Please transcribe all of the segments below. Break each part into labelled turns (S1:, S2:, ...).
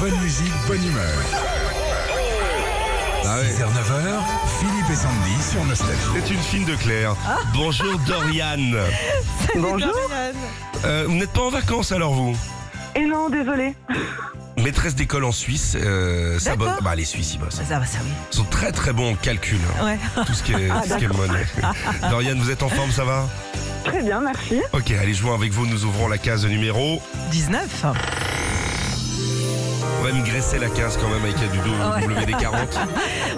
S1: Bonne musique, bonne humeur. Ah 9h, Philippe et Sandy sur Nostalgie.
S2: C'est une fine de Claire.
S3: Ah.
S2: Bonjour Doriane.
S3: Bonjour.
S2: Euh, vous n'êtes pas en vacances alors vous
S3: Et non, désolé.
S2: Maîtresse d'école en Suisse, euh, ça bosse.
S4: D'accord.
S2: Bah, les Suisses, ils bossent.
S4: Ça va, ça oui.
S2: Ils sont très très bons en calcul. hein.
S4: Ouais.
S2: Tout ce qui est,
S3: Ah,
S2: tout ce qui est monnaie. Doriane, vous êtes en forme, ça va
S3: Très bien, merci.
S2: Ok, allez, jouons avec vous. Nous ouvrons la case numéro.
S4: 19.
S2: On va me graisser la case quand même avec du WD-40.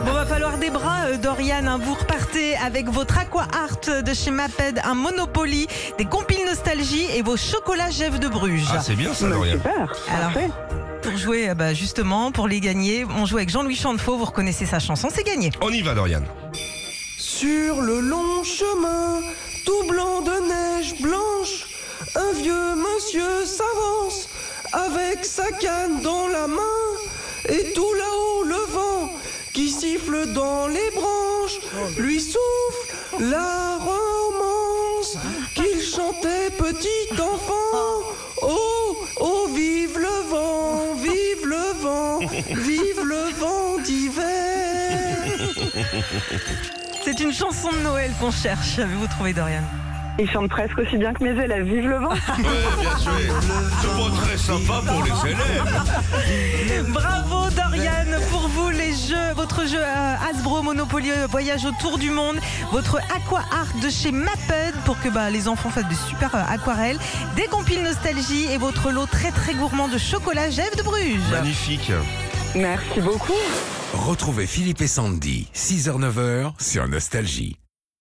S4: Bon, va falloir des bras, euh, Dorian. hein. Vous repartez avec votre Aqua Art de chez Maped, un Monopoly, des compiles Nostalgie et vos chocolats Jeff de Bruges.
S2: Ah, c'est bien ça,
S3: Bah,
S2: Doriane.
S3: super.
S4: Alors.
S3: Parfait.
S4: Pour jouer, euh, bah, justement, pour les gagner, on joue avec Jean-Louis Chantefaux. Vous reconnaissez sa chanson, c'est gagné.
S2: On y va, Doriane.
S5: Sur le long chemin, tout blanc de neige blanche, un vieux monsieur s'avance avec sa canne dans la main et tout là-haut le vent qui siffle dans les branches lui souffle la romance qu'il chantait petit enfant. Oh, oh, vive le vent, vive le vent, vive le vent d'hiver.
S4: C'est une chanson de Noël qu'on cherche. Avez-vous trouvé, Dorian
S3: Il chante presque aussi bien que mes élèves. Vive le vent.
S2: Ouais, bien joué. C'est pas très sympa pour les élèves.
S4: Bravo Dorian pour vous les jeux, votre jeu euh, Hasbro Monopoly euh, Voyage autour du monde, votre Aqua Art de chez Maped pour que bah, les enfants fassent de super euh, aquarelles, des compiles nostalgie et votre lot très très gourmand de chocolat Jeff de Bruges.
S2: Magnifique.
S3: Merci beaucoup.
S1: Retrouvez Philippe et Sandy, 6h, 9h sur Nostalgie.